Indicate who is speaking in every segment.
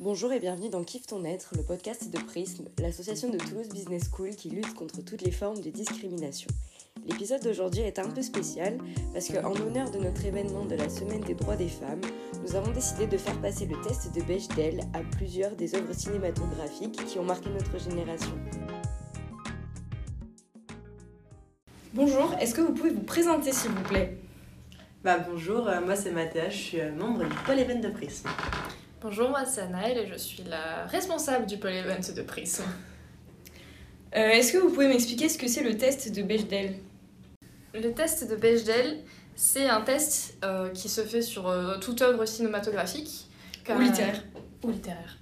Speaker 1: Bonjour et bienvenue dans Kiffe ton être, le podcast de Prism, l'association de Toulouse Business School qui lutte contre toutes les formes de discrimination. L'épisode d'aujourd'hui est un peu spécial parce qu'en l'honneur de notre événement de la Semaine des droits des femmes, nous avons décidé de faire passer le test de Bechdel à plusieurs des œuvres cinématographiques qui ont marqué notre génération. Bonjour, est-ce que vous pouvez vous présenter s'il vous plaît
Speaker 2: Bah bonjour, euh, moi c'est Mathéa, je suis euh, membre du pôle event de Prism.
Speaker 3: Bonjour, moi c'est Anaël et je suis la responsable du pôle event de Prism.
Speaker 1: Euh, Est-ce que vous pouvez m'expliquer ce que c'est le test de Bechdel
Speaker 3: Le test de Bechdel, c'est un test euh, qui se fait sur euh, toute œuvre cinématographique qu'a-
Speaker 1: Ou littéraire
Speaker 3: ou littéraire,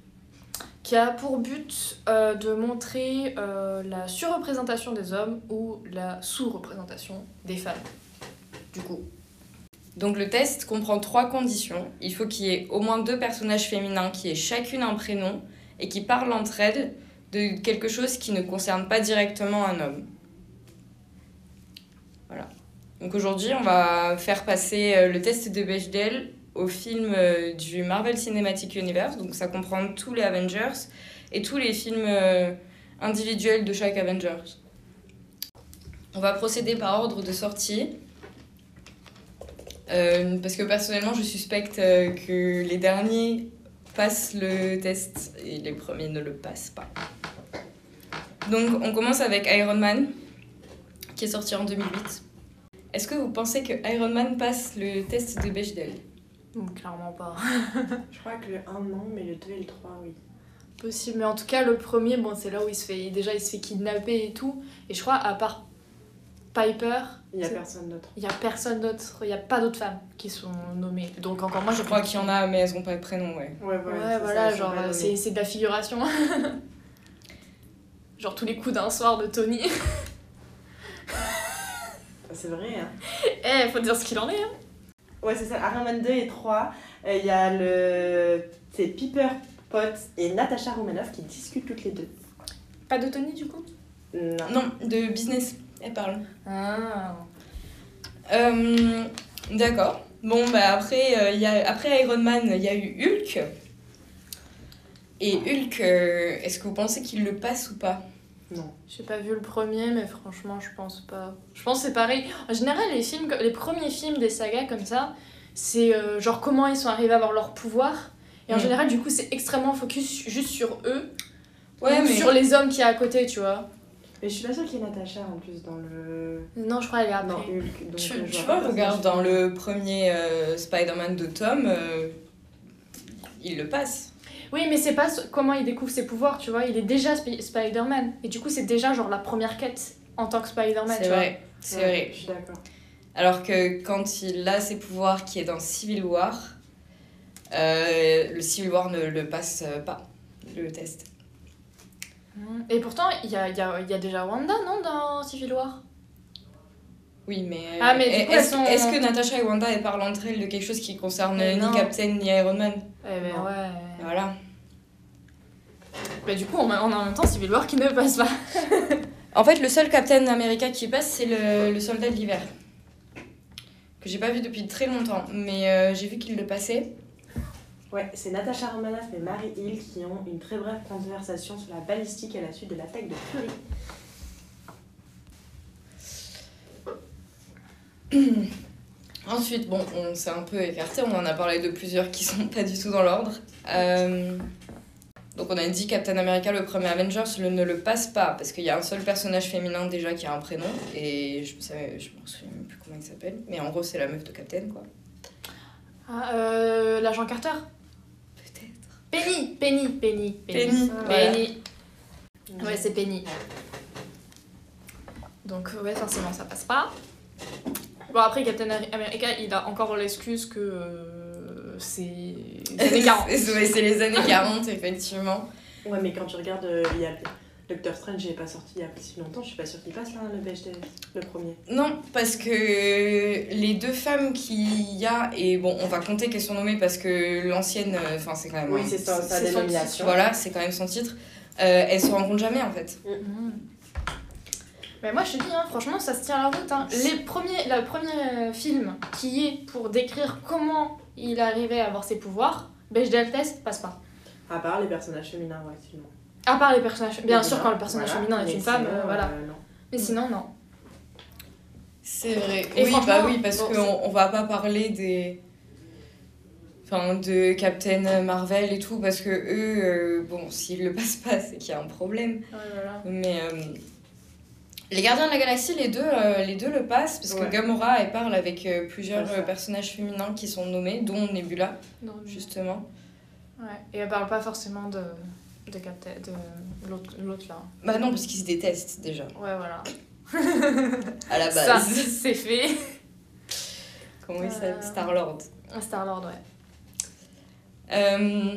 Speaker 3: qui a pour but euh, de montrer euh, la surreprésentation des hommes ou la sous-représentation des femmes. Du coup,
Speaker 4: Donc le test comprend trois conditions. Il faut qu'il y ait au moins deux personnages féminins qui aient chacune un prénom et qui parlent entre elles de quelque chose qui ne concerne pas directement un homme. Voilà. Donc aujourd'hui, on va faire passer euh, le test de Bechdel au film euh, du Marvel Cinematic Universe. Donc ça comprend tous les Avengers et tous les films euh, individuels de chaque Avengers. On va procéder par ordre de sortie. Euh, parce que personnellement, je suspecte euh, que les derniers passent le test et les premiers ne le passent pas. Donc, on commence avec Iron Man, qui est sorti en 2008. Est-ce que vous pensez que Iron Man passe le test de Bechdel
Speaker 3: donc clairement pas
Speaker 2: Je crois que le 1 non, mais le 2 et le 3 oui.
Speaker 3: possible, mais en tout cas le premier, bon c'est là où il se fait déjà il se fait kidnapper et tout, et je crois à part Piper,
Speaker 2: Il n'y a
Speaker 3: c'est-
Speaker 2: personne d'autre.
Speaker 3: Il n'y a personne d'autre, il n'y a pas d'autres femmes qui sont nommées. Donc encore moi,
Speaker 4: Je crois qu'il y en a, mais elles n'ont pas de prénom, ouais.
Speaker 2: Ouais
Speaker 3: Ouais,
Speaker 2: c'est ça,
Speaker 3: voilà,
Speaker 2: ils sont
Speaker 3: genre
Speaker 2: pas
Speaker 3: euh,
Speaker 2: nommés.
Speaker 3: c'est c'est de la figuration. genre tous les coups d'un soir de Tony.
Speaker 2: C'est vrai hein.
Speaker 3: Eh, faut dire ce qu'il en est. hein.
Speaker 2: Ouais c'est ça, Iron Man 2 et 3, euh, il y a le... C'est Piper Potts et Natasha Romanoff qui discutent toutes les deux.
Speaker 3: Pas de Tony du coup
Speaker 2: Non.
Speaker 4: Non, de business, elle parle.
Speaker 3: Ah.
Speaker 4: Euh, D'accord. Bon, bah après, euh, il y a, après Iron Man, il y a eu Hulk. Et Hulk, euh, est-ce que vous pensez qu'il le passe ou pas
Speaker 3: J'ai pas vu le premier, mais franchement, je pense pas. Je pense que c'est pareil. En général, les, films, les premiers films des sagas comme ça, c'est euh, genre comment ils sont arrivés à avoir leur pouvoir. Et en
Speaker 4: Mm.
Speaker 3: général, du coup, c'est extrêmement focus juste sur eux.
Speaker 4: Ouais,
Speaker 3: ou
Speaker 4: mais-
Speaker 3: Sur les hommes qui y a à côté, tu vois.
Speaker 2: Mais je suis pas sûre qu'il y ait Natasha en plus dans le...
Speaker 3: Non, je crois qu'elle est après.
Speaker 2: Dans Hulk. donc,
Speaker 4: Tu,
Speaker 2: euh,
Speaker 4: tu
Speaker 2: genre,
Speaker 4: vois,
Speaker 2: personne-
Speaker 4: regarde, dans le premier euh, Spider-Man de Tom, euh, il le passe.
Speaker 3: Oui, mais c'est pas ce- comment il découvre ses pouvoirs, tu vois. Il est déjà Sp- Spider-Man. Et du coup, c'est déjà genre la première quête en tant que Spider-Man,
Speaker 4: C'est
Speaker 3: tu vois.
Speaker 4: vrai, c'est
Speaker 2: Ouais,
Speaker 4: vrai.
Speaker 2: Je suis d'accord.
Speaker 4: Alors que quand il a ses pouvoirs qui est dans Civil War, euh, le Civil War ne le passe euh, pas, le test.
Speaker 3: Mm. Et pourtant, il y a, il y a- il y a déjà Wanda, non, dans Civil War
Speaker 4: Oui, mais, euh,
Speaker 3: Ah, mais du coup, elles
Speaker 4: est-ce
Speaker 3: sont-
Speaker 4: est-ce que Natasha et Wanda elles parlent entre elles de quelque chose qui concerne
Speaker 3: Mais non.
Speaker 4: ni Captain ni Iron Man
Speaker 3: Eh ben
Speaker 2: Non.
Speaker 3: ouais.
Speaker 4: Voilà.
Speaker 3: Bah, du coup, on a, on a en même temps Civil War qui ne passe pas.
Speaker 4: En fait, le seul Captain America qui passe, c'est le, le soldat de l'hiver. Que j'ai pas vu depuis très longtemps, mais euh, j'ai vu qu'il le passait.
Speaker 2: Ouais, c'est Natasha Romanoff et Mary Hill qui ont une très brève conversation sur la balistique à la suite de l'attaque de Fury.
Speaker 4: Ensuite, bon, on s'est un peu écarté, on en a parlé de plusieurs qui sont pas du tout dans l'ordre. Euh, donc on a dit Captain America, le premier Avengers, le- ne le passe pas, parce qu'il y a un seul personnage féminin déjà qui a un prénom, et je ne je me souviens même plus comment il s'appelle, mais en gros c'est la meuf de Captain, quoi.
Speaker 3: Ah, euh, l'agent Carter
Speaker 4: Peut-être.
Speaker 3: Penny Penny Penny
Speaker 4: Penny. voilà.
Speaker 3: Penny. Ouais, c'est Penny. Donc, ouais, forcément, ça passe pas. Bon, après, Captain America, il a encore l'excuse que euh, c'est. les années 40.
Speaker 4: Ouais, c'est les années 40, effectivement.
Speaker 2: Ouais, mais quand tu regardes, euh, il y a Doctor Strange, n'est pas sorti il y a si longtemps, je suis pas sûre qu'il passe là, le BHD, le premier.
Speaker 4: Non, parce que les deux femmes qu'il y a, et bon, on va compter qu'elles sont nommées parce que l'ancienne, euh, enfin c'est quand même...
Speaker 2: Oui,
Speaker 4: un-
Speaker 2: c'est ça, sa
Speaker 3: Ah c'est son
Speaker 2: dénomination.
Speaker 4: Voilà, c'est quand même son titre. Euh, elles se rencontrent jamais en fait.
Speaker 3: Mhm. Mais moi je te dis, hein, franchement, ça se tient la route. hein. Les premiers, le premier euh, film qui est pour décrire comment il arrivait à avoir ses pouvoirs, Bechdel Test passe pas.
Speaker 2: À part les personnages féminins, ouais, sinon.
Speaker 3: À part les personnages. Bien
Speaker 2: Les
Speaker 3: sûr,
Speaker 2: humains,
Speaker 3: quand le personnage
Speaker 2: voilà.
Speaker 3: féminin est
Speaker 2: Mais
Speaker 3: une femme,
Speaker 2: sinon,
Speaker 3: euh, voilà.
Speaker 2: euh, non.
Speaker 3: Mais sinon, non.
Speaker 4: C'est vrai.
Speaker 3: Et
Speaker 4: oui,
Speaker 3: franchement,
Speaker 4: bah oui, parce
Speaker 3: bon, c'est-
Speaker 4: qu'on on va pas parler des. Enfin, de Captain Marvel et tout, parce que eux, euh, bon, s'ils le passent pas, c'est qu'il y a un problème.
Speaker 3: Oh là là.
Speaker 4: Mais. euh, les Gardiens de la Galaxie, les deux, euh, les deux le passent, parce
Speaker 2: Ouais.
Speaker 4: que Gamora, elle parle avec euh, plusieurs
Speaker 2: C'est ça.
Speaker 4: euh, personnages féminins qui sont nommés, dont Nebula,
Speaker 3: Non, mais-
Speaker 4: justement.
Speaker 3: Ouais. Et elle parle pas forcément de, de, Captain- de l'autre l'autre, là.
Speaker 4: Bah non, parce qu'ils se détestent déjà,
Speaker 3: Ouais, voilà.
Speaker 4: à la
Speaker 3: Ça,
Speaker 4: base.
Speaker 3: c'est fait.
Speaker 4: Comment il s'appelle
Speaker 3: Euh.
Speaker 4: Star-Lord.
Speaker 3: Star-Lord, ouais.
Speaker 4: Euh,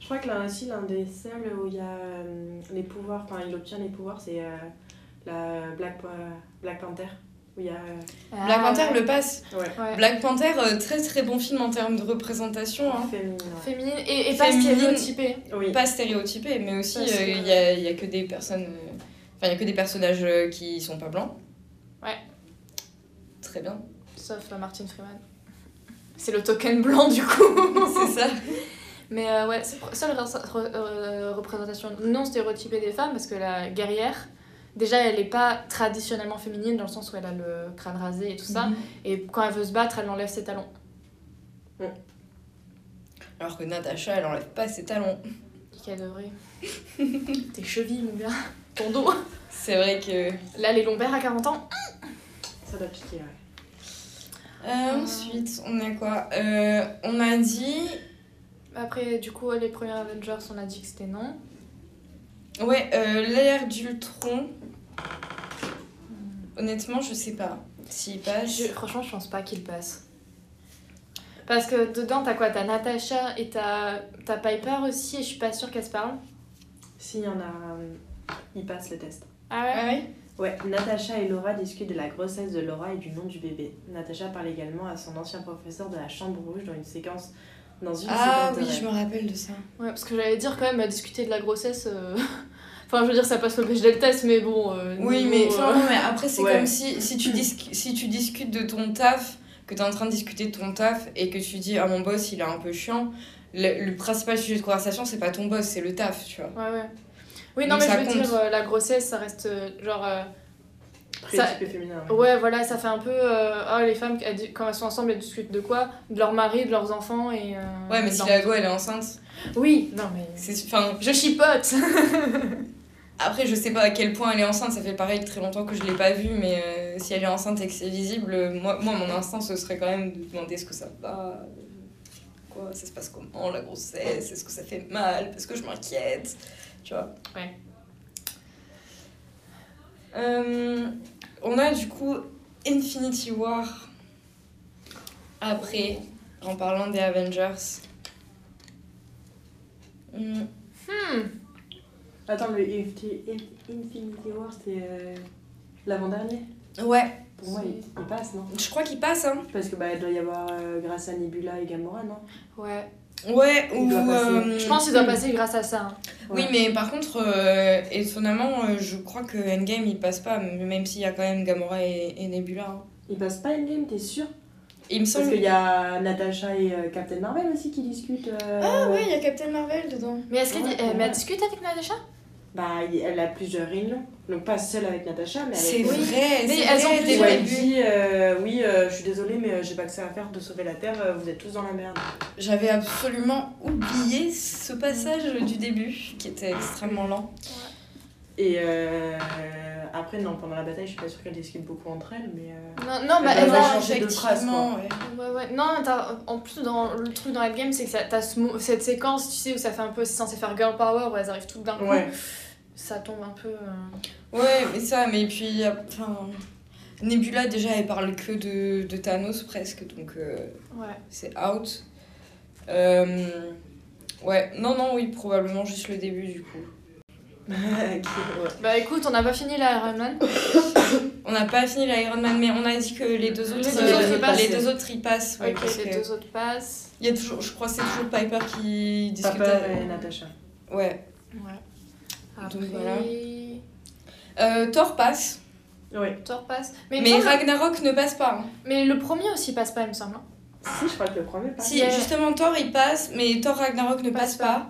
Speaker 2: Je crois que là aussi, l'un des seuls où il y a euh, les pouvoirs, enfin, il obtient les pouvoirs, c'est euh, la Black, Pa- Black Panther. Où il y a. euh,
Speaker 3: Ah,
Speaker 4: Black Panther le passe.
Speaker 2: Ouais.
Speaker 3: Ouais.
Speaker 4: Black Panther, euh, très très bon film en termes de
Speaker 3: Oh,
Speaker 4: représentation. hein.
Speaker 2: Féminin. ouais.
Speaker 3: Féminine et, et pas
Speaker 4: Féminine.
Speaker 3: stéréotypée.
Speaker 2: Oui.
Speaker 4: Pas stéréotypé, mais aussi euh,
Speaker 3: Parce que-
Speaker 4: il n'y a, y a que des personnes. euh, Enfin, il a que des personnages euh, qui sont pas blancs.
Speaker 3: Ouais.
Speaker 4: Très bien.
Speaker 3: Sauf la Martin Freeman. C'est le token blanc du coup.
Speaker 4: C'est ça.
Speaker 3: Mais euh, ouais, c'est la seule re- re- euh, représentation non stéréotypée des femmes parce que la guerrière, déjà elle n'est pas traditionnellement féminine dans le sens où elle a le crâne rasé et tout ça.
Speaker 4: Mm-hmm.
Speaker 3: Et quand elle veut se battre, elle enlève ses talons.
Speaker 4: Alors que Natasha, elle enlève pas ses talons.
Speaker 3: Et qu'elle devrait. Tes chevilles, mon gars. Ton dos.
Speaker 4: C'est vrai que. euh,
Speaker 3: Là, les lombaires à 40 ans.
Speaker 2: Ça doit piquer, ouais.
Speaker 4: Euh, ensuite, on a quoi Euh, On a dit.
Speaker 3: Après, du coup, les premiers Avengers, on a dit que c'était non.
Speaker 4: Ouais, euh, l'ère d'Ultron. Honnêtement, je sais pas s'il passe.
Speaker 3: Je- franchement, je pense pas qu'il passe. Parce que dedans, t'as quoi T'as Natasha et t'as t'as Piper aussi, et je suis pas sûre qu'elle se parle.
Speaker 2: Si, il y en a. euh, il passe le test.
Speaker 3: Ah
Speaker 4: Ah ouais
Speaker 2: Ouais, Natacha et Laura discutent de la grossesse de Laura et du nom du bébé. Natacha parle également à son ancien professeur de la Chambre Rouge dans une séquence. Dans une
Speaker 4: Ah
Speaker 2: séquence de
Speaker 4: oui,
Speaker 2: rêve.
Speaker 4: je me rappelle de ça.
Speaker 3: Ouais, parce que j'allais dire quand même, à discuter de la grossesse. euh, enfin, je veux dire, ça passe le BGD test, mais bon. euh,
Speaker 4: Oui,
Speaker 3: niveau,
Speaker 4: mais,
Speaker 3: euh,
Speaker 4: enfin, non, mais après, c'est
Speaker 2: Ouais.
Speaker 4: comme si, si, tu dis- si tu discutes de ton taf, que tu es en train de discuter de ton taf et que tu dis Ah, mon boss, il est un peu chiant. Le, le principal sujet de conversation, c'est pas ton boss, c'est le taf, tu vois.
Speaker 3: Ouais, ouais. Oui, non,
Speaker 4: Donc
Speaker 3: mais je
Speaker 4: ça
Speaker 3: veux
Speaker 4: compte.
Speaker 3: dire, euh, la grossesse, ça reste euh, genre. euh,
Speaker 2: Préoccupé féminin. hein. ouais.
Speaker 3: ouais, voilà, ça fait un peu. euh, ah, les femmes, elles di- quand elles sont ensemble, elles discutent de quoi De leur mari, de leurs enfants et. euh,
Speaker 4: Ouais, mais si
Speaker 3: non.
Speaker 4: la go, elle est enceinte,
Speaker 3: Oui, non, mais.
Speaker 4: c'est. Enfin,
Speaker 3: Je chipote
Speaker 4: après, je sais pas à quel point elle est enceinte, ça fait pareil très longtemps que je l'ai pas vue, mais euh, si elle est enceinte et que c'est visible, euh, moi, moi, mon instinct, ce serait quand même de demander ce que ça va. euh, Quoi, ça se passe comment la grossesse Est-ce que ça fait mal Parce que je m'inquiète, tu vois.
Speaker 3: Ouais.
Speaker 4: Euh, on a du coup Infinity War après, en parlant des Avengers. Hmm.
Speaker 2: Attends, le Infinity Infinity War, c'est euh, l'avant-dernier
Speaker 4: Ouais,
Speaker 2: Pour moi, il, il passe, non
Speaker 4: je crois qu'il passe, hein.
Speaker 2: Parce que bah, il doit y avoir euh, grâce à Nebula et Gamora, non
Speaker 3: Ouais.
Speaker 4: Ouais,
Speaker 2: Il
Speaker 4: ou.
Speaker 2: doit passer.
Speaker 4: euh,
Speaker 3: Je pense qu'il doit passer grâce à ça. hein.
Speaker 4: Oui,
Speaker 2: Ouais.
Speaker 4: mais par contre, euh, étonnamment, euh, je crois que Endgame il passe pas, même s'il y a quand même Gamora et, et Nebula. hein.
Speaker 2: Il passe pas Endgame, t'es sûr
Speaker 4: Il me
Speaker 2: Parce
Speaker 4: semble.
Speaker 2: qu'il y a Natasha et euh, Captain Marvel aussi qui discutent. euh,
Speaker 4: Ah ouais, il y a Captain Marvel dedans.
Speaker 3: Mais est-ce qu'elle
Speaker 2: Ouais,
Speaker 3: dit- euh,
Speaker 2: ouais.
Speaker 3: mais elle discute avec Natasha
Speaker 2: Bah, il- elle a plusieurs réunions. Donc, pas seule avec Natasha, mais
Speaker 4: C'est
Speaker 2: avec.
Speaker 4: vrai,
Speaker 3: Oui.
Speaker 4: c'est
Speaker 3: Mais
Speaker 4: vrai,
Speaker 3: elles ont
Speaker 2: Et
Speaker 4: dès le
Speaker 3: plusieurs-
Speaker 2: elle
Speaker 4: début.
Speaker 2: dit euh, Oui, euh, je suis désolée, mais euh, j'ai pas que ça à faire de sauver la Terre, euh, vous êtes tous dans la merde.
Speaker 4: J'avais absolument oublié ce passage du début qui était extrêmement lent.
Speaker 2: Et euh, après, non, pendant la bataille, je suis pas sûre qu'elles discutent beaucoup entre elles, mais. euh,
Speaker 3: Non, non, bah
Speaker 2: Elle
Speaker 3: elle
Speaker 2: doit
Speaker 3: a...
Speaker 2: avoir changé de phrase,
Speaker 4: Effectivement, ouais.
Speaker 3: Ouais, ouais. Non, t'as- en plus, dans le truc dans Endgame, c'est que ça- t'as ce mo- cette séquence, tu sais, où ça fait un peu, c'est censé faire girl power, où elles arrivent toutes d'un coup.
Speaker 2: Ouais.
Speaker 3: Ça tombe un peu. euh,
Speaker 4: Ouais, mais ça, mais puis, enfin, Nebula déjà, elle parle que de, de Thanos presque, donc euh,
Speaker 3: Ouais.
Speaker 4: c'est out. Euh, ouais, non, non, oui, probablement juste le début du coup.
Speaker 2: Ok, ouais.
Speaker 3: Bah écoute, on n'a pas fini la Iron Man.
Speaker 4: On n'a pas fini l'Iron Man, mais on a dit que les deux autres,
Speaker 3: Les deux
Speaker 4: euh,
Speaker 3: autres, ils passent.
Speaker 4: les deux autres, ils passent. ouais,
Speaker 3: ok,
Speaker 4: parce
Speaker 3: les
Speaker 4: que
Speaker 3: deux autres passent.
Speaker 4: il y a toujours, je crois que c'est toujours Piper qui discute.
Speaker 2: Papa
Speaker 4: avec-
Speaker 2: et Natasha.
Speaker 4: Ouais.
Speaker 3: Ouais. Après.
Speaker 4: Donc, voilà. Euh, Thor passe,
Speaker 2: Oui.
Speaker 3: Thor passe. Mais, il me
Speaker 4: mais
Speaker 3: semble-
Speaker 4: Ragnarok ne passe pas. hein.
Speaker 3: mais le premier aussi passe pas, il me semble. hein.
Speaker 2: Si, je crois que le premier passe.
Speaker 4: Si,
Speaker 3: Ouais.
Speaker 4: justement, Thor il passe, mais Thor Ragnarok ne
Speaker 3: Passe
Speaker 4: passe pas.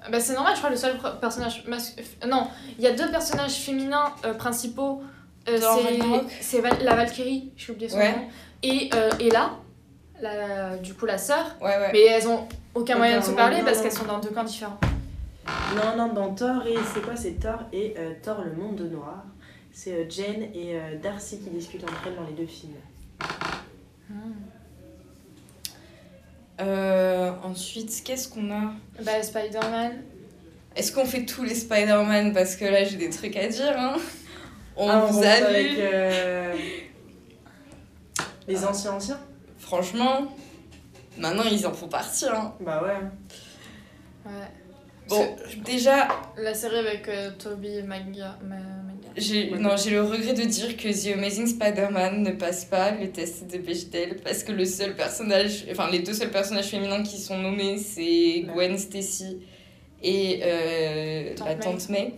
Speaker 3: Ah Bah, c'est normal, je crois, le seul pro- personnage masculin. Non, il y a deux personnages féminins euh, principaux. Euh,
Speaker 4: Dans
Speaker 3: c'est-
Speaker 4: Ragnarok.
Speaker 3: c'est Val- la Valkyrie, j'ai oublié son
Speaker 4: Ouais.
Speaker 3: nom. Et euh, Ella, la, du coup, la sœur.
Speaker 4: Ouais, ouais.
Speaker 3: Mais elles ont aucun
Speaker 2: Aucun
Speaker 3: moyen de se parler
Speaker 2: moyen,
Speaker 3: parce
Speaker 2: non.
Speaker 3: qu'elles sont dans deux camps différents.
Speaker 2: Non, non, dans Thor et c'est quoi C'est Thor et euh, Thor le monde noir. C'est euh, Jane et euh, Darcy qui discutent entre elles dans les deux films.
Speaker 3: Hmm.
Speaker 4: Euh, ensuite, qu'est-ce qu'on a
Speaker 3: Bah, Spider-Man.
Speaker 4: Est-ce qu'on fait tous les Spider-Man Parce que là, j'ai des trucs à dire. Hein. On
Speaker 2: Ah,
Speaker 4: vous
Speaker 2: remonte
Speaker 4: a vu.
Speaker 2: avec euh, les anciens anciens.
Speaker 4: Franchement, maintenant, ils en font partie. Hein.
Speaker 2: Bah ouais.
Speaker 3: Ouais.
Speaker 4: Bon, déjà,
Speaker 3: La série avec euh, Toby Maguire. Ma- Maguire.
Speaker 4: j'ai
Speaker 2: Ouais.
Speaker 4: non, j'ai le regret de dire que The Amazing Spider-Man ne passe pas le test de Bechdel parce que le seul personnage, enfin les deux seuls personnages féminins qui sont nommés, c'est Gwen Stacy et euh,
Speaker 3: Tante
Speaker 4: la
Speaker 3: May.
Speaker 4: tante May,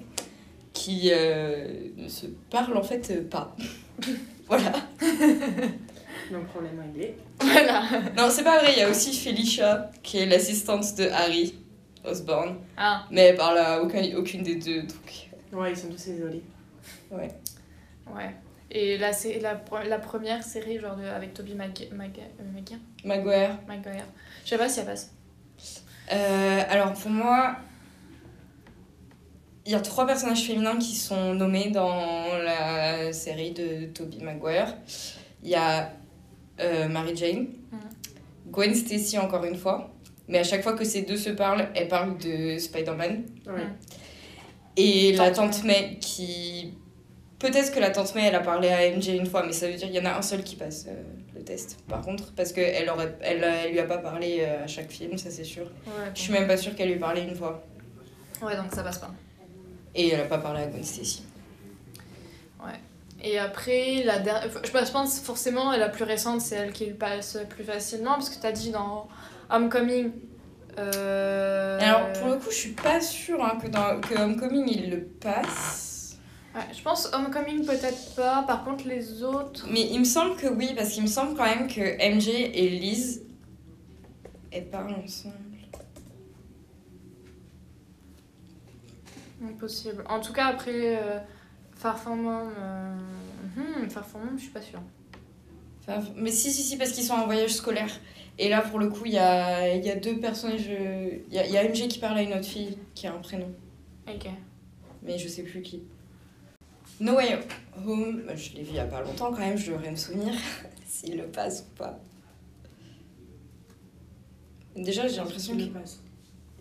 Speaker 4: qui euh, ne se parlent en fait euh, pas. voilà.
Speaker 2: Donc problème réglé.
Speaker 3: Voilà.
Speaker 4: Non, c'est pas vrai. Il y a aussi Felicia qui est l'assistante de Harry Osborn,
Speaker 3: Ah.
Speaker 4: mais elle parle à aucun- aucune des deux. Donc...
Speaker 2: Ouais, ils sont tous isolés.
Speaker 3: Ouais. Et là, c'est la, pre- la première série genre de, avec Toby Maguire. Maguire.
Speaker 4: Maguire.
Speaker 3: Maguire. Je sais pas si elle passe.
Speaker 4: Euh, alors pour moi, il y a trois personnages féminins qui sont nommés dans la série de Toby Maguire. Il y a euh, Mary Jane,
Speaker 3: Mhm.
Speaker 4: Gwen Stacy encore une fois, mais à chaque fois que ces deux se parlent, elles parlent de Spider-Man. Mm.
Speaker 2: Ouais.
Speaker 4: Et la
Speaker 3: Tante
Speaker 4: tante May qui... Peut-être que la tante May, elle a parlé à MJ une fois, mais ça veut dire qu'il y en a un seul qui passe euh, le test, par contre, parce qu'elle aurait... elle, elle lui a pas parlé euh, à chaque film, ça c'est sûr.
Speaker 3: Ouais,
Speaker 4: Je suis même pas sûre qu'elle lui parlait une fois.
Speaker 3: bon. ouais, donc ça passe pas.
Speaker 4: Et elle a pas parlé à Gwen Stacy.
Speaker 3: Et après, la dernière. Je pense- je pense forcément, la plus récente, c'est elle qui lui passe plus facilement parce que t'as dit dans Homecoming. euh,
Speaker 4: Alors pour le coup, je suis pas sûre hein, que dans que Homecoming il le passe.
Speaker 3: Ouais, je pense Homecoming peut-être pas, par contre les autres.
Speaker 4: Mais il me semble que oui, parce qu'il me semble quand même que MJ et Liz elles parlent ensemble.
Speaker 3: Impossible. En tout cas, après euh, Far From Home. euh, hmm, Far From Home, je suis pas sûre.
Speaker 4: Enfin, mais si si si parce qu'ils sont en voyage scolaire. Et là pour le coup, il y a, il y a deux personnages. euh, Il y a, il y a MJ qui parle à une autre fille qui a un prénom,
Speaker 3: Ok.
Speaker 4: mais je sais plus qui. No Way Home, bah, je l'ai vu il y a pas longtemps quand même, je devrais me souvenir s'il le passe ou pas. Déjà, j'ai l'impression
Speaker 2: Ils
Speaker 4: qu'il
Speaker 2: le passent.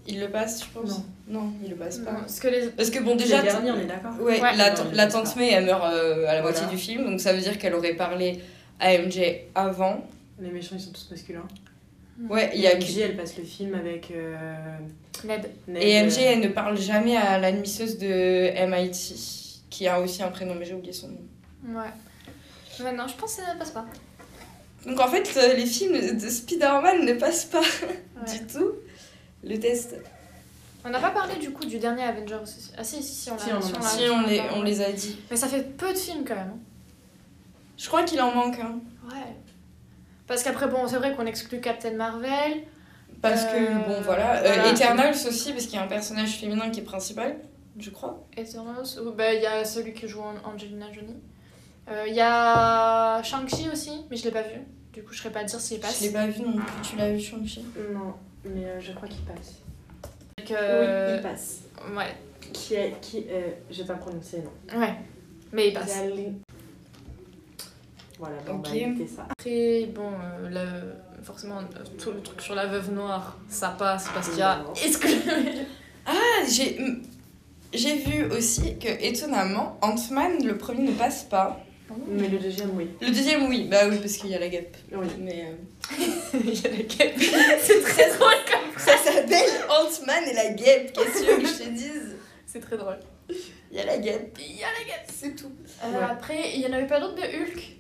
Speaker 4: Il le passe, je pense
Speaker 2: Non.
Speaker 4: Non, il le passe pas.
Speaker 3: Non, parce que les.
Speaker 4: Parce que bon, déjà.
Speaker 2: Déjà le dernier, on est d'accord.
Speaker 4: Ouais,
Speaker 3: Ouais.
Speaker 4: la,
Speaker 2: Non, il le
Speaker 4: la
Speaker 2: passe
Speaker 4: tante
Speaker 2: pas.
Speaker 4: May, elle meurt euh, à la moitié
Speaker 2: Voilà.
Speaker 4: du film, donc ça veut dire qu'elle aurait parlé à MJ avant.
Speaker 2: Les méchants, ils sont tous masculins. Mm.
Speaker 4: Ouais, il y a que.
Speaker 2: MJ, elle passe le film avec. euh,
Speaker 3: Ned.
Speaker 2: Ned,
Speaker 4: Et
Speaker 2: euh,
Speaker 4: MJ, elle ne parle jamais à l'admisseuse de MIT, qui a aussi un prénom, mais j'ai oublié son nom.
Speaker 3: Ouais. Ouais, non, je pense que ça passe pas.
Speaker 4: Donc en fait, euh, les films de Spider-Man ne passent pas
Speaker 3: Ouais.
Speaker 4: du tout le test.
Speaker 3: On n'a pas parlé du coup du dernier Avengers aussi. Ah si, si, si, on l'a
Speaker 2: Si, on en a-
Speaker 3: l'a-
Speaker 4: Si, on les,
Speaker 3: l'a-
Speaker 4: on les a dit.
Speaker 3: Mais ça fait peu de films quand même. hein.
Speaker 4: Je crois qu'il en manque un.
Speaker 3: Ouais. Parce qu'après, bon, c'est vrai qu'on exclut Captain Marvel.
Speaker 4: Parce que,
Speaker 3: Euh,
Speaker 4: bon, voilà.
Speaker 3: voilà.
Speaker 4: Euh, Eternals aussi, parce qu'il y a un personnage féminin qui est principal, je crois.
Speaker 3: Eternals, ou bah, il y a celui qui joue en- Angelina Jolie. Euh, Il y a Shang-Chi aussi, mais je l'ai pas vu. Du coup, je serais pas à dire s'il passe.
Speaker 4: Je l'ai pas vu non plus. Tu l'as vu, Shang-Chi
Speaker 2: Non, mais euh, je crois qu'il passe.
Speaker 3: Donc, euh,
Speaker 2: Oui, il passe.
Speaker 3: Ouais.
Speaker 2: Qui est. Qui, euh, je vais pas prononcer, non.
Speaker 3: Ouais. Mais il passe.
Speaker 2: Voilà, bon,
Speaker 4: Ok.
Speaker 2: bah, évitez ça.
Speaker 3: Après, bon, euh, le- forcément, euh, tout le truc sur la veuve noire, ça passe parce qu'il y a
Speaker 2: Évidemment.
Speaker 3: exclu.
Speaker 4: Ah, j'ai. hum, J'ai vu aussi que, étonnamment, Ant-Man, le premier ne passe pas.
Speaker 2: Mais le deuxième, oui.
Speaker 4: Le deuxième, oui. Bah oui, parce qu'il y a la gap.
Speaker 2: Oui.
Speaker 4: Mais. euh,
Speaker 3: Il y a la guêpe. C'est très drôle comme.
Speaker 4: Ça s'appelle Ant-Man et la guêpe. Qu'est-ce que tu veux que je te dise
Speaker 3: C'est très drôle.
Speaker 4: Il y a la guêpe. Il y a la guêpe, c'est tout.
Speaker 3: Euh,
Speaker 2: Ouais.
Speaker 3: Après, il y en avait pas d'autres de Hulk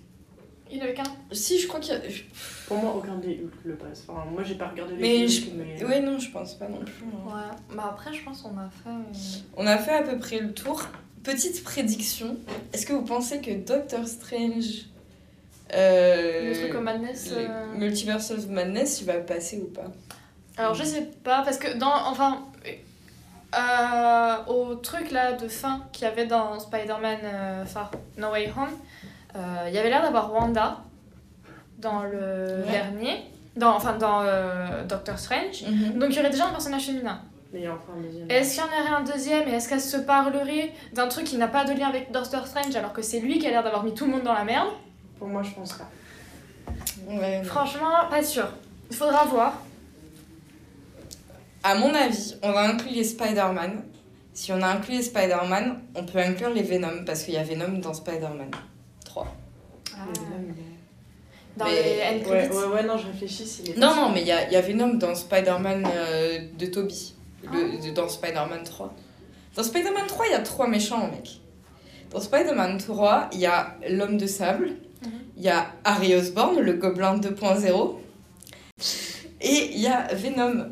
Speaker 3: Il n'y en avait qu'un
Speaker 4: Si, je crois qu'il y a. je-
Speaker 2: Pour moi, aucun des Hulk le passe. Enfin, moi, j'ai pas regardé les
Speaker 4: Mais
Speaker 2: Hulk,
Speaker 4: je-
Speaker 2: mais.
Speaker 4: Ouais, non, je pense pas non plus. hein.
Speaker 3: Ouais. Bah après, je pense qu'on a fait. euh,
Speaker 4: On a fait à peu près le tour. Petite prédiction. Est-ce que vous pensez que Doctor Strange
Speaker 3: Le
Speaker 4: Euh,
Speaker 3: truc au Madness.
Speaker 4: le
Speaker 3: euh,
Speaker 4: Multiverse of Madness, il va passer ou pas
Speaker 3: Alors je sais pas, parce que dans. Enfin. euh, au truc là de fin qu'il y avait dans Spider-Man euh, Far No Way Home, euh, il y avait l'air d'avoir Wanda dans le
Speaker 4: Ouais.
Speaker 3: dernier, dans, enfin dans euh, Doctor Strange.
Speaker 4: Mhm.
Speaker 3: Donc il y aurait déjà un personnage féminin.
Speaker 2: Mais il y a encore un deuxième.
Speaker 3: Est-ce qu'il y en aurait un deuxième et est-ce qu'elle se parlerait d'un truc qui n'a pas de lien avec Doctor Strange alors que c'est lui qui a l'air d'avoir mis tout le monde dans la merde
Speaker 2: Pour moi, je pense pas.
Speaker 4: Ouais, non.
Speaker 3: Franchement, pas sûr. Il faudra voir.
Speaker 4: À mon avis, on va inclure les Spider-Man. Si on a inclus les Spider-Man, on peut inclure les Venom parce qu'il y a Venom dans Spider-Man 3.
Speaker 2: Ah.
Speaker 4: Ah.
Speaker 3: Dans
Speaker 4: Mais-
Speaker 3: les end
Speaker 2: Ouais,
Speaker 3: credits.
Speaker 2: ouais, ouais, non, je réfléchis. s'il est-
Speaker 4: Non, non, mais il y a, il y a Venom dans Spider-Man euh, de Toby. Le-
Speaker 2: Ah.
Speaker 4: de- dans Spider-Man 3. Dans Spider-Man 3, il y a trois méchants, mec. Dans Spider-Man 3, il y a l'homme de sable, il
Speaker 3: Mhm.
Speaker 4: y a Harry Osborn, le gobelin 2.0, et il y a Venom.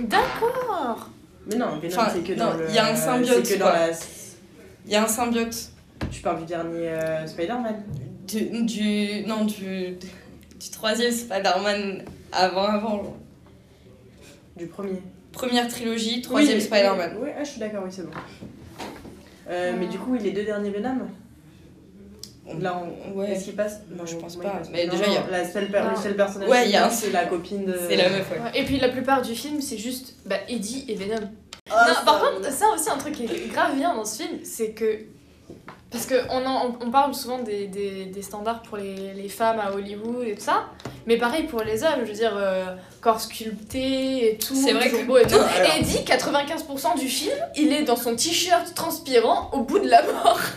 Speaker 3: D'accord.
Speaker 2: Mais non, Venom,
Speaker 4: Enfin,
Speaker 2: c'est que
Speaker 4: non,
Speaker 2: dans le.
Speaker 4: il y a un symbiote,
Speaker 2: C'est que dans
Speaker 4: quoi.
Speaker 2: la.
Speaker 4: Il y a un symbiote
Speaker 2: Tu parles du dernier euh, Spider-Man
Speaker 4: du, du- non, du, du troisième Spider-Man avant, avant. genre.
Speaker 2: Du premier.
Speaker 4: Première trilogie, troisième
Speaker 2: Oui,
Speaker 4: Spider-Man.
Speaker 2: Oui, oui, ah, je suis d'accord, oui, c'est bon. Euh, Mais du coup, oui, les deux derniers Venom
Speaker 4: On-
Speaker 2: Là, on...
Speaker 4: ouais.
Speaker 2: est-ce qu'ils passent
Speaker 4: Non, je pense
Speaker 2: moi,
Speaker 4: pas.
Speaker 2: ils passent
Speaker 4: Mais
Speaker 2: Non,
Speaker 4: déjà, il y a- Ah.
Speaker 2: non, la seule per-
Speaker 3: Non.
Speaker 2: Le seul personnage,
Speaker 4: Ouais, il y a un-
Speaker 2: c'est la copine de.
Speaker 4: C'est la meuf, ouais.
Speaker 3: Ouais, Et puis la plupart du film, c'est juste bah, Eddie et Venom.
Speaker 2: Ah,
Speaker 3: non,
Speaker 2: ça-
Speaker 3: par contre, ça aussi, un truc qui est grave bien dans ce film, c'est que. Parce qu'on on, on parle souvent des, des, des standards pour les, les femmes à Hollywood et tout ça, mais pareil pour les hommes, je veux dire, euh, corps sculpté et tout,
Speaker 4: C'est vrai
Speaker 3: toujours
Speaker 4: que-
Speaker 3: beau et tout.
Speaker 4: Non, alors-
Speaker 3: Et Eddie, 95% du film, il est dans son t-shirt transpirant au bout de la mort.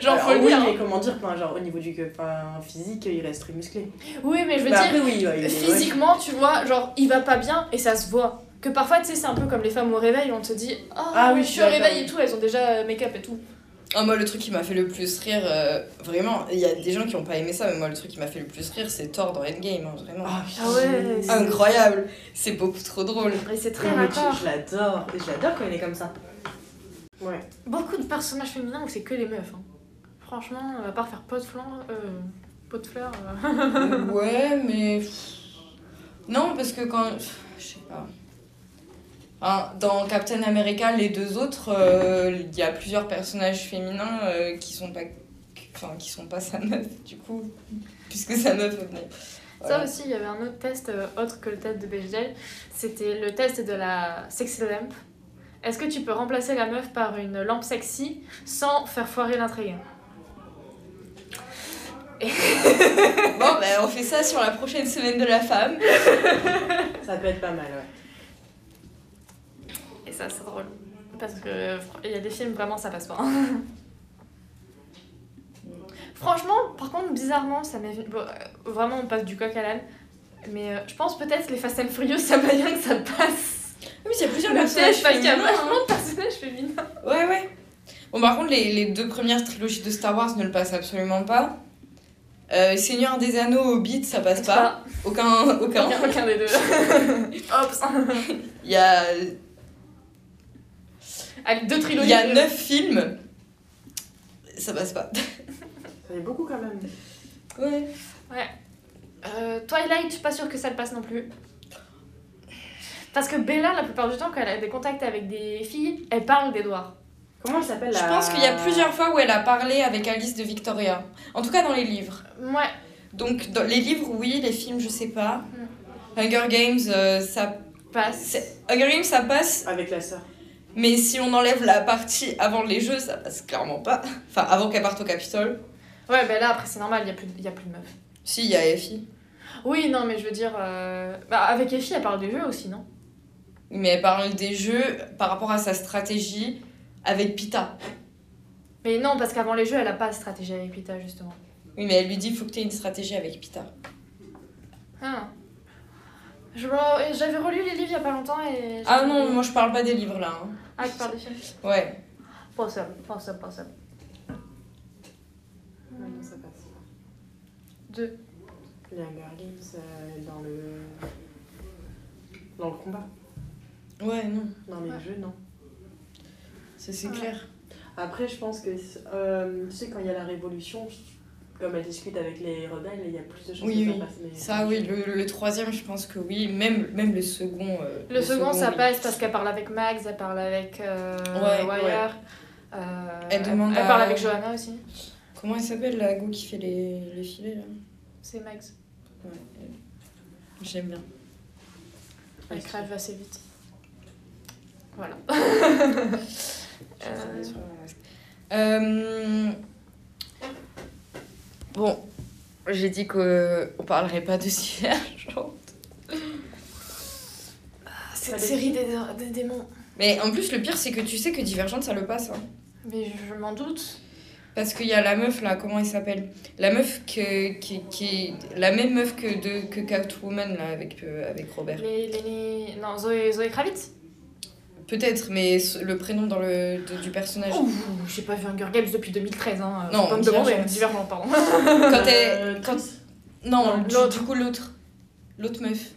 Speaker 3: Genre,
Speaker 2: Alors,
Speaker 3: faut le
Speaker 2: oui,
Speaker 3: dire.
Speaker 2: mais
Speaker 3: hein.
Speaker 2: comment dire, enfin, genre, au niveau du enfin, physique, il reste très musclé.
Speaker 3: Oui, mais je veux
Speaker 2: Bah,
Speaker 3: dire,
Speaker 2: après, oui, ouais, il est-
Speaker 3: physiquement, tu vois, genre, il va pas bien et ça se voit. Que parfois, tu sais, c'est un peu comme les femmes au réveil, on te dit Ah,
Speaker 2: Ah oui, je
Speaker 3: je suis
Speaker 2: suis
Speaker 3: au
Speaker 2: d'accord.
Speaker 3: réveil et tout, elles ont déjà euh, make-up et tout.
Speaker 4: Ah, moi, le truc qui m'a fait le plus rire, euh, vraiment, il y a des gens qui n'ont pas aimé ça, mais moi, le truc qui m'a fait le plus rire, c'est Thor dans Endgame, hein, vraiment.
Speaker 2: Ah,
Speaker 3: Ah ouais,
Speaker 2: putain.
Speaker 4: Incroyable C'est beaucoup trop drôle.
Speaker 3: Et c'est très
Speaker 2: Ah, mais
Speaker 3: raccord.
Speaker 2: je je l'adore, Et je l'adore quand il est comme ça. Ouais.
Speaker 3: Beaucoup de personnages féminins où c'est que les meufs. hein. Franchement, à part faire pot de flan, euh, pot de fleurs. euh.
Speaker 4: ouais, mais. Non, parce que quand. Je sais pas. Hein, dans Captain America, les deux autres, euh, il y a plusieurs personnages féminins euh, qui sont pas. Enfin, qui sont pas sa meuf, du coup. Puisque sa meuf. euh, voilà.
Speaker 3: Ça aussi, il y avait un autre test euh, autre que le test de Bechdel. C'était le test de la sexy lamp. Est-ce que tu peux remplacer la meuf par une lampe sexy sans faire foirer l'intrigue hein?
Speaker 4: Bon, ben, on fait ça sur la prochaine semaine de la femme.
Speaker 2: Ça peut être pas mal, ouais.
Speaker 3: Et ça, c'est drôle. Parce que euh, il y a des films, vraiment, ça passe pas. Franchement, par contre, bizarrement, ça m'est venu- bon, euh, vraiment, on passe du coq à l'âne. Mais euh, je pense peut-être que les Fast and Furious, ça va bien que ça passe.
Speaker 4: Oui, il y a plusieurs
Speaker 3: Le
Speaker 4: personnages
Speaker 3: siège, parce qu'il y a
Speaker 4: féminins,
Speaker 3: vraiment de personnages féminins.
Speaker 4: hein. Ouais, ouais. Bon, par contre, les, les deux premières trilogies de Star Wars ne le passent absolument pas. Euh, Seigneur des Anneaux, Hobbit, ça passe pas. Aucun, aucun.
Speaker 3: Aucun, aucun des deux. Hop.
Speaker 4: Il y a,
Speaker 3: Allez, deux
Speaker 4: il
Speaker 3: trilogies.
Speaker 4: y a
Speaker 3: de-
Speaker 4: neuf films. Ça passe pas.
Speaker 2: Ça fait beaucoup quand même.
Speaker 4: Ouais.
Speaker 3: Euh, Twilight, je suis pas sûre que ça le passe non plus. Parce que Bella, la plupart du temps, quand elle a des contacts avec des filles, elle parle d'Edouard.
Speaker 2: Comment elle s'appelle
Speaker 4: Je
Speaker 2: la-
Speaker 4: pense qu'il y a plusieurs fois où elle a parlé avec Alice de Victoria. En tout cas, dans les livres.
Speaker 3: Ouais,
Speaker 4: Donc, dans les livres, oui, les films, je sais pas. Hunger Games, euh, ça.
Speaker 3: Hmm. passe.
Speaker 4: c'est- Hunger Games, ça passe
Speaker 2: Avec la sœur.
Speaker 4: Mais si on enlève la partie avant les jeux, ça passe clairement pas. Enfin, avant qu'elle parte au Capitole.
Speaker 3: Ouais, bah là, après, c'est normal, il a, plus de- y a plus de meufs.
Speaker 4: Si, il y a Effie.
Speaker 3: Oui, non, mais je veux dire. euh, Bah, avec Effie, elle parle des jeux aussi, non
Speaker 4: Mais elle parle des jeux par rapport à sa stratégie avec Pita.
Speaker 3: Mais non, parce qu'avant les jeux, elle a pas de stratégie avec Pita, justement.
Speaker 4: Oui, mais elle lui dit faut que t'aies une stratégie avec Pita.
Speaker 3: Hein. Je re- J'avais relu les livres il y a pas longtemps et.
Speaker 4: Ah non, moi je parle pas des livres là. hein.
Speaker 3: Ah, tu parles des films
Speaker 4: Ouais.
Speaker 3: Possible, possible, possible.
Speaker 2: Ouais, non, ça passe.
Speaker 3: Deux.
Speaker 2: Les Hunger Games euh, dans le. Dans le combat.
Speaker 4: Ouais, non.
Speaker 2: Dans les
Speaker 3: Ouais.
Speaker 2: jeux, non.
Speaker 4: Ça c'est
Speaker 3: Ouais.
Speaker 4: clair.
Speaker 3: Ah.
Speaker 2: Après, je pense que. euh, tu sais, quand il y a la révolution, comme elle discute avec les rebelles, il y a plus de chances
Speaker 4: Oui,
Speaker 2: de
Speaker 4: oui.
Speaker 2: faire passer les-
Speaker 4: Ça, oui, le, le troisième, je pense que oui, même, même le second. euh,
Speaker 3: Le, second, ça
Speaker 4: oui.
Speaker 3: passe parce qu'elle parle avec Max, elle parle avec euh,
Speaker 4: Ouais,
Speaker 3: Wire.
Speaker 4: ouais.
Speaker 3: euh,
Speaker 4: Elle demande
Speaker 3: elle
Speaker 4: à-
Speaker 3: parle avec Johanna aussi.
Speaker 4: Comment elle s'appelle, la go qui fait les, les filets, là
Speaker 3: C'est Max.
Speaker 4: Ouais, elle. J'aime bien.
Speaker 3: Elle
Speaker 4: Oui.
Speaker 3: crève assez vite. Voilà.
Speaker 4: Je travaille sur le masque. Euh, Bon, j'ai dit qu'on parlerait pas de Divergente. Ah,
Speaker 3: Cette série des, des démons.
Speaker 4: Mais en plus, le pire, c'est que tu sais que Divergente, ça le passe. hein.
Speaker 3: Mais je, je m'en doute.
Speaker 4: Parce qu'il y a la meuf là, comment elle s'appelle La meuf que, qui, qui est la même meuf que, de, que Catwoman là avec, euh, avec Robert.
Speaker 3: Les, les, les- Non, Zoé, Zoé Kravitz
Speaker 4: Peut-être, mais ce- le prénom dans le, de- du personnage.
Speaker 3: Ouh, j'ai pas vu Hunger Games depuis 2013. Hein.
Speaker 4: Non,
Speaker 3: Faut pas me demander.
Speaker 4: Divergente.
Speaker 3: Divergent, pardon.
Speaker 4: Quand
Speaker 2: Euh,
Speaker 4: elle. Quand...
Speaker 2: Triss
Speaker 4: Non,
Speaker 3: Non,
Speaker 4: du-
Speaker 3: l'autre.
Speaker 4: du coup, l'autre. L'autre meuf.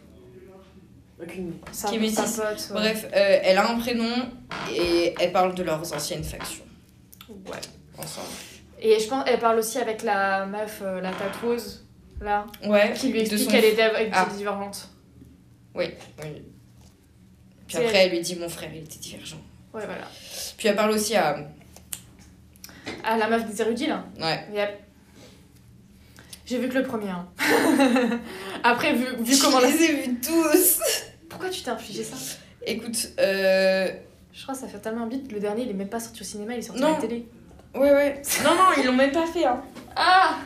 Speaker 2: Aucune idée.
Speaker 3: Ça,
Speaker 4: Qui est
Speaker 3: ça
Speaker 4: métisse.
Speaker 3: pote, ouais.
Speaker 4: Bref, euh, elle a un prénom et elle parle de leurs anciennes factions
Speaker 3: Ouais.
Speaker 4: ensemble.
Speaker 3: Et je pense elle parle aussi avec la meuf, euh, la tatoueuse, là,
Speaker 4: Ouais,
Speaker 3: qui lui
Speaker 4: de
Speaker 3: explique
Speaker 4: son-
Speaker 3: qu'elle était avec
Speaker 4: Ah.
Speaker 3: des divergentes.
Speaker 4: Oui. oui. Puis
Speaker 3: C'est-
Speaker 4: après, elle lui dit Mon frère, il était divergent.
Speaker 3: Ouais, voilà.
Speaker 4: Puis elle parle aussi à.
Speaker 3: Ah, la meuf des érudits, là.
Speaker 4: Ouais.
Speaker 3: Yep. J'ai vu que le premier. hein. Après, vu, vu comment
Speaker 4: Je
Speaker 3: la...
Speaker 4: les ai vus tous
Speaker 3: Pourquoi tu t'es infligé ça
Speaker 4: Écoute, euh.
Speaker 3: Je crois que ça fait tellement vite. Le dernier, il est même pas sorti au cinéma, il est sorti
Speaker 4: Non.
Speaker 3: à la télé.
Speaker 4: Ouais, ouais. Non, non, ils l'ont même pas fait. Hein.
Speaker 3: Ah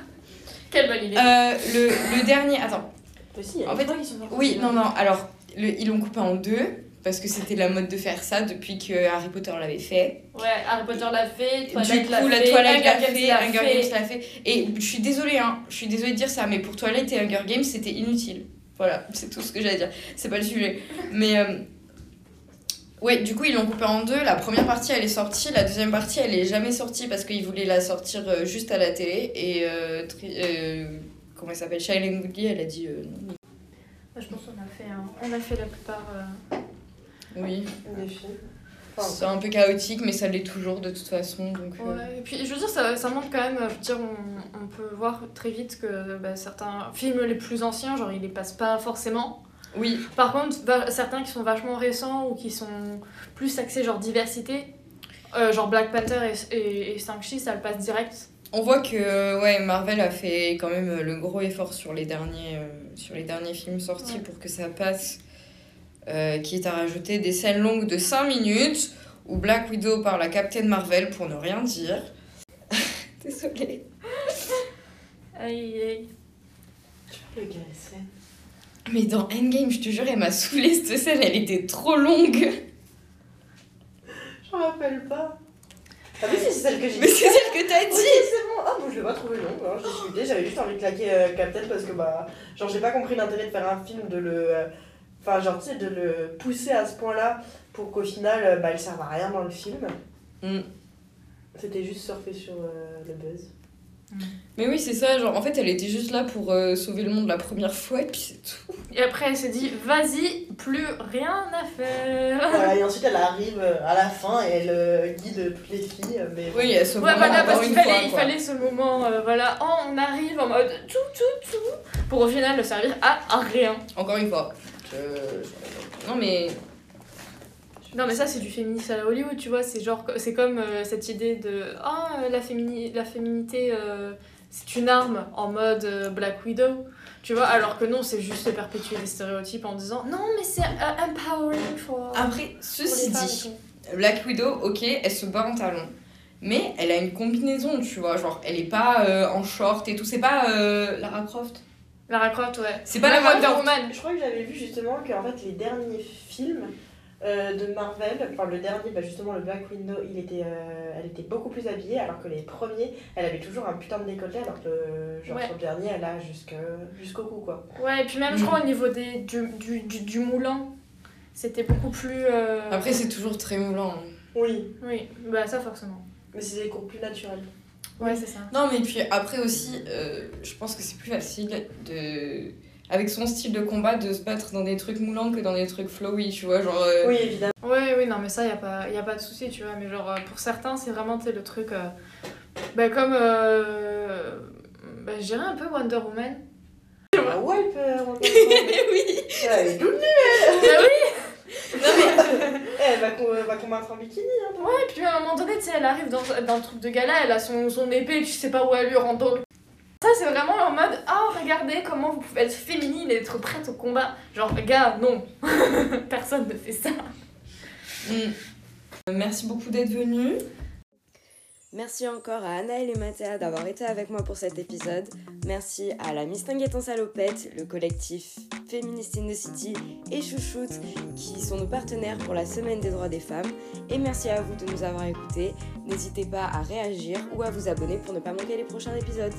Speaker 3: Quelle bonne idée.
Speaker 4: Euh, le, le dernier. Attends.
Speaker 2: Mais si, il y a
Speaker 4: En
Speaker 2: des
Speaker 4: fait,
Speaker 2: fois qui sont sortis.
Speaker 4: Oui, non, non. Alors, le- ils l'ont coupé en deux. Parce que c'était la mode de faire ça depuis que Harry Potter l'avait fait.
Speaker 3: Ouais, Harry Potter l'a fait,
Speaker 4: Du coup, la toilette l'a fait, Hunger Games l'a fait. Et je suis désolée, hein, je suis désolée de dire ça, mais pour toilette et Hunger Games, c'était inutile. Voilà, c'est tout ce que j'ai à dire. C'est pas le sujet. Mais euh, ouais, du coup, ils l'ont coupé en deux. La première partie, elle est sortie. La deuxième partie, elle est jamais sortie parce qu'ils voulaient la sortir euh, juste à la télé. Et euh, tri- euh, comment elle s'appelle Shailene Woodley, elle a dit euh, non.
Speaker 3: Je pense qu'on a fait, un- on a fait la plupart. euh,
Speaker 4: Oui,
Speaker 2: Des filles.
Speaker 4: c'est un peu chaotique, mais ça l'est toujours de toute façon. Donc, euh,
Speaker 3: Ouais, et puis je veux dire, ça, ça montre quand même, euh, je veux dire, on, on peut voir très vite que bah, certains films les plus anciens, genre, ils les passent pas forcément.
Speaker 4: oui.
Speaker 3: Par contre, va- certains qui sont vachement récents ou qui sont plus axés, genre, diversité, euh, genre Black Panther et, et, et Shang-Chi, ça le passe direct.
Speaker 4: On voit que euh, ouais, Marvel a fait quand même euh, le gros effort sur les derniers, euh, sur les derniers films sortis
Speaker 3: Ouais.
Speaker 4: pour que ça passe, euh, quitte à rajouter des scènes longues de 5 minutes où Black Widow parle à Captain Marvel pour ne rien dire. Désolée.
Speaker 3: Aïe, aïe.
Speaker 2: Le gars, c'est-
Speaker 4: Mais dans Endgame, je te jure, elle m'a saoulée cette scène, elle était trop longue.
Speaker 2: Je m'en rappelle pas. Ah, mais si, c'est celle que j'ai
Speaker 4: Mais c'est celle que t'as
Speaker 2: Oui,
Speaker 4: dit
Speaker 2: c'est bon. Ah, bon, je l'ai pas trouvé long. hein. J'ai discuté, j'avais juste envie de claquer euh, Captain parce que, bah, genre, j'ai pas compris l'intérêt de faire un film, de le. euh, Enfin, genre, tu sais, de le pousser à ce point-là pour qu'au final, euh, bah, elle serve à rien dans le film.
Speaker 4: Mm.
Speaker 2: C'était juste surfer sur euh, le buzz.
Speaker 4: Mais oui, c'est ça, genre en fait, elle était juste là pour euh, sauver le monde la première fois et puis c'est tout.
Speaker 3: Et après, elle s'est dit, vas-y, plus rien à faire.
Speaker 2: voilà, et ensuite, elle arrive euh, à la fin et elle euh, guide toutes les filles. euh, Mais
Speaker 4: Oui, elle sauve
Speaker 3: Ouais,
Speaker 4: le monde
Speaker 3: voilà,
Speaker 4: encore
Speaker 3: parce qu'il
Speaker 4: une
Speaker 3: fallait,
Speaker 4: fois,
Speaker 3: il
Speaker 4: quoi.
Speaker 3: fallait ce moment, euh, voilà, oh, on arrive en mode tout, tout, tout, pour au final ne servir à, à rien.
Speaker 4: Encore une fois. Je- je- Non mais...
Speaker 3: Non, mais ça, c'est du féminisme à la Hollywood, tu vois, c'est genre, c'est comme euh, cette idée de, ah, euh, la, fémini la féminité, euh, c'est une arme en mode euh, Black Widow, tu vois, alors que non, c'est juste perpétuer des stéréotypes en disant, non, mais c'est euh, empowering for.
Speaker 4: Après,
Speaker 3: pour les
Speaker 4: ceci
Speaker 3: femmes et
Speaker 4: dit,
Speaker 3: tout.
Speaker 4: Black Widow, ok, elle se bat en talons. Mais elle a une combinaison, tu vois. Genre, elle est pas euh, en short et tout. C'est pas euh, Lara Croft.
Speaker 3: Lara Croft, ouais.
Speaker 4: C'est pas
Speaker 3: la
Speaker 4: Lara
Speaker 3: Wonder
Speaker 4: Croft.
Speaker 3: Woman.
Speaker 2: Je crois que j'avais vu justement qu'en fait les derniers films euh, de Marvel, enfin le dernier, bah justement le Black Widow, il était, euh, elle était beaucoup plus habillée alors que les premiers, elle avait toujours un putain de décolleté alors que euh, genre
Speaker 3: Ouais.
Speaker 2: sur le dernier, elle a jusque- jusqu'au cou quoi.
Speaker 3: Ouais, et puis même, je
Speaker 4: Mm.
Speaker 3: crois, au niveau des, du, du, du, du moulin, c'était beaucoup plus. euh,
Speaker 4: Après, c'est toujours très moulant. hein.
Speaker 2: Oui,
Speaker 3: Oui, bah ça forcément.
Speaker 2: mais c'est des cours plus naturels.
Speaker 3: Ouais, c'est ça.
Speaker 4: Non, mais puis après aussi, euh, je pense que c'est plus facile de. Avec son style de combat, de se battre dans des trucs moulants que dans des trucs flowy, tu vois. Genre. euh,
Speaker 2: Oui, évidemment.
Speaker 3: Ouais, oui, non, mais ça, y a pas, y a pas de souci, tu vois. Mais genre, euh, pour certains, c'est vraiment, tu sais, le truc. euh, bah, comme. euh, bah, je dirais un peu Wonder Woman.
Speaker 2: Ah ouais, il peut rentrer.
Speaker 4: oui
Speaker 2: Elle est toute nue.
Speaker 3: bah oui
Speaker 2: Eh, Elle va co- elle va combattre en bikini. hein, toi.
Speaker 3: Et puis à un moment donné, tu sais, elle arrive dans, dans le truc de gala, elle a son, son épée, tu sais pas où elle lui rend dans le- Ça, c'est vraiment en mode Oh, regardez comment vous pouvez être féminine et être prête au combat. Genre, gars, non Personne ne fait ça.
Speaker 4: Mm. Merci beaucoup d'être venu.
Speaker 1: Merci encore à Anaël et Mathéa d'avoir été avec moi pour cet épisode. Merci à la Mistinguette en salopette, le collectif Feminist in the City et Chouchoute qui sont nos partenaires pour la Semaine des droits des femmes. Et merci à vous de nous avoir écoutés. N'hésitez pas à réagir ou à vous abonner pour ne pas manquer les prochains épisodes.